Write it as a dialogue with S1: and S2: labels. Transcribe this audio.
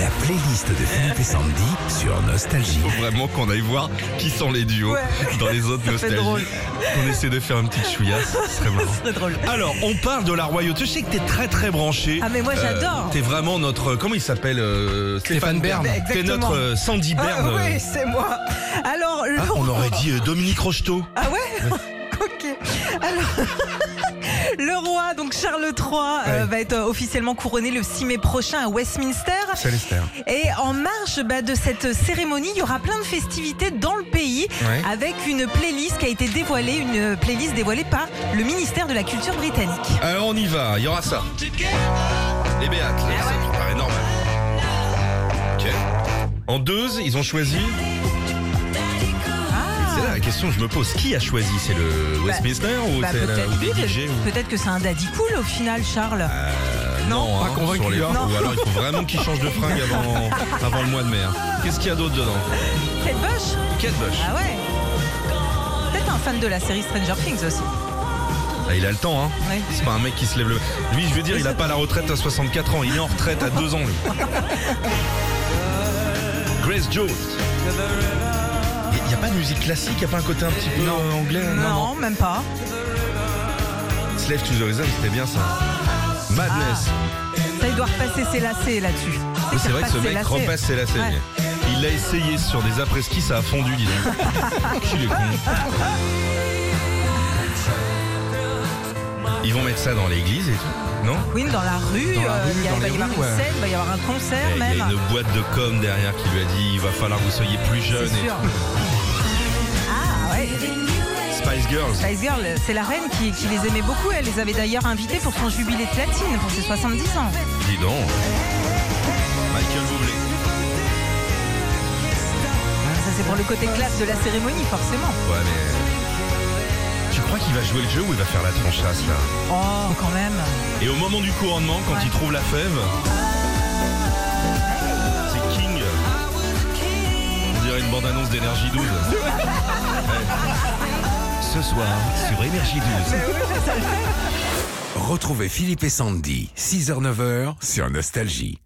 S1: La playlist de Philippe et Sandy sur Nostalgie.
S2: Faut vraiment qu'on aille voir qui sont les duos dans les autres nostalgies.
S3: drôle.
S2: Qu'on essaie de faire une petite chouillasse, ce serait marrant.
S3: C'est drôle.
S2: Alors, on parle de la royauté. Je sais que t'es très très branché.
S3: Ah, mais moi, j'adore.
S2: Euh, T'es vraiment notre. Comment il s'appelle euh,
S1: Stéphane Bern.
S2: T'es
S3: Exactement.
S2: notre euh, Sandy
S3: Ah,
S2: Bern.
S3: oui, c'est moi. Alors, le-
S2: Ah, on aurait dit euh, Dominique Rocheteau.
S3: Ah ouais Ok. Alors. Le roi, donc Charles III, euh,
S2: Ouais.
S3: va être euh, officiellement couronné le 6 mai prochain à Westminster.
S2: Célester.
S3: Et en marge bah, de cette cérémonie, il y aura plein de festivités dans le pays
S2: Ouais.
S3: avec une playlist qui a été dévoilée, une euh, playlist dévoilée par le ministère de la Culture britannique.
S2: Alors, on y va. Il y aura ça.
S3: Eh
S2: Les Béates, là, ça me paraît normal. Ok. En deux, ils ont choisi.
S3: Ah,
S2: C'est là la question que je me pose. Qui a choisi C'est le Westminster ou
S3: Bah,
S2: c'est la- euh, ou
S3: peut-être
S2: des
S3: oui,
S2: DJ ou- Ah.
S3: peut-être que c'est un daddy cool au final, Charles.
S2: Non,
S1: pas convaincu,
S2: sur les-
S1: hein.
S3: Non.
S2: Ou alors il faut vraiment qu'il change de fringue avant, avant le mois de mai. hein. Qu'est-ce qu'il y a d'autre dedans
S3: Kate Bush
S2: Kate Bush.
S3: Ah ouais Peut-être un fan de la série Stranger Things aussi.
S2: Ah, il a le temps, hein.
S3: Ouais.
S2: C'est pas un mec qui se lève le. Lui, je veux dire, il a pas la retraite à 64 ans. Il est en retraite à 2 ans, lui. Grace Jones. Il n'y a pas de musique classique, il n'y a pas un côté un petit peu euh, anglais
S3: Non, même pas.
S2: Slave to the Rhythm, c'était bien ça.
S3: Ah.
S2: Madness.
S3: Ça, il doit repasser ses lacets là-dessus.
S2: Mais Ah c'est
S3: qu'il
S2: vrai que ce
S3: repasse ses
S2: mec
S3: lacets.
S2: repasse ses lacets.
S3: Ouais.
S2: Il l'a essayé sur des après-ski, ça a fondu, dis donc. Qu'il est con. Ils vont mettre ça dans l'église et tout, non
S3: Oui, dans la rue,
S1: Dans la
S3: euh,
S1: rue,
S3: il y a-
S1: dans
S3: il va
S1: les
S3: y avoir
S1: rues,
S3: une
S1: ouais.
S3: scène, il va y avoir un concert
S2: Eh, Il y
S3: même. Ah,
S2: a une boîte de com derrière qui lui a dit il va falloir que vous soyez plus jeune.
S3: C'est
S2: et
S3: sûr.
S2: tout.
S3: Ah ouais.
S2: Spice Girls.
S3: Spice Girl, c'est la reine qui, qui les aimait beaucoup. Elle les avait d'ailleurs invités pour son jubilé de platine, pour ses 70 ans.
S2: Dis donc. Michael Bublé.
S3: Ça, c'est pour le côté classe de la cérémonie, forcément.
S2: Ouais mais. Tu crois qu'il va jouer le jeu ou il va faire la tronchasse là
S3: Oh, quand même.
S2: Et au moment du couronnement, quand il trouve la fève, c'est King. On dirait une bande-annonce d'énergie 12.
S1: Ce soir sur Énergie 12. Retrouvez Philippe et Sandy, 6h-9h sur Nostalgie.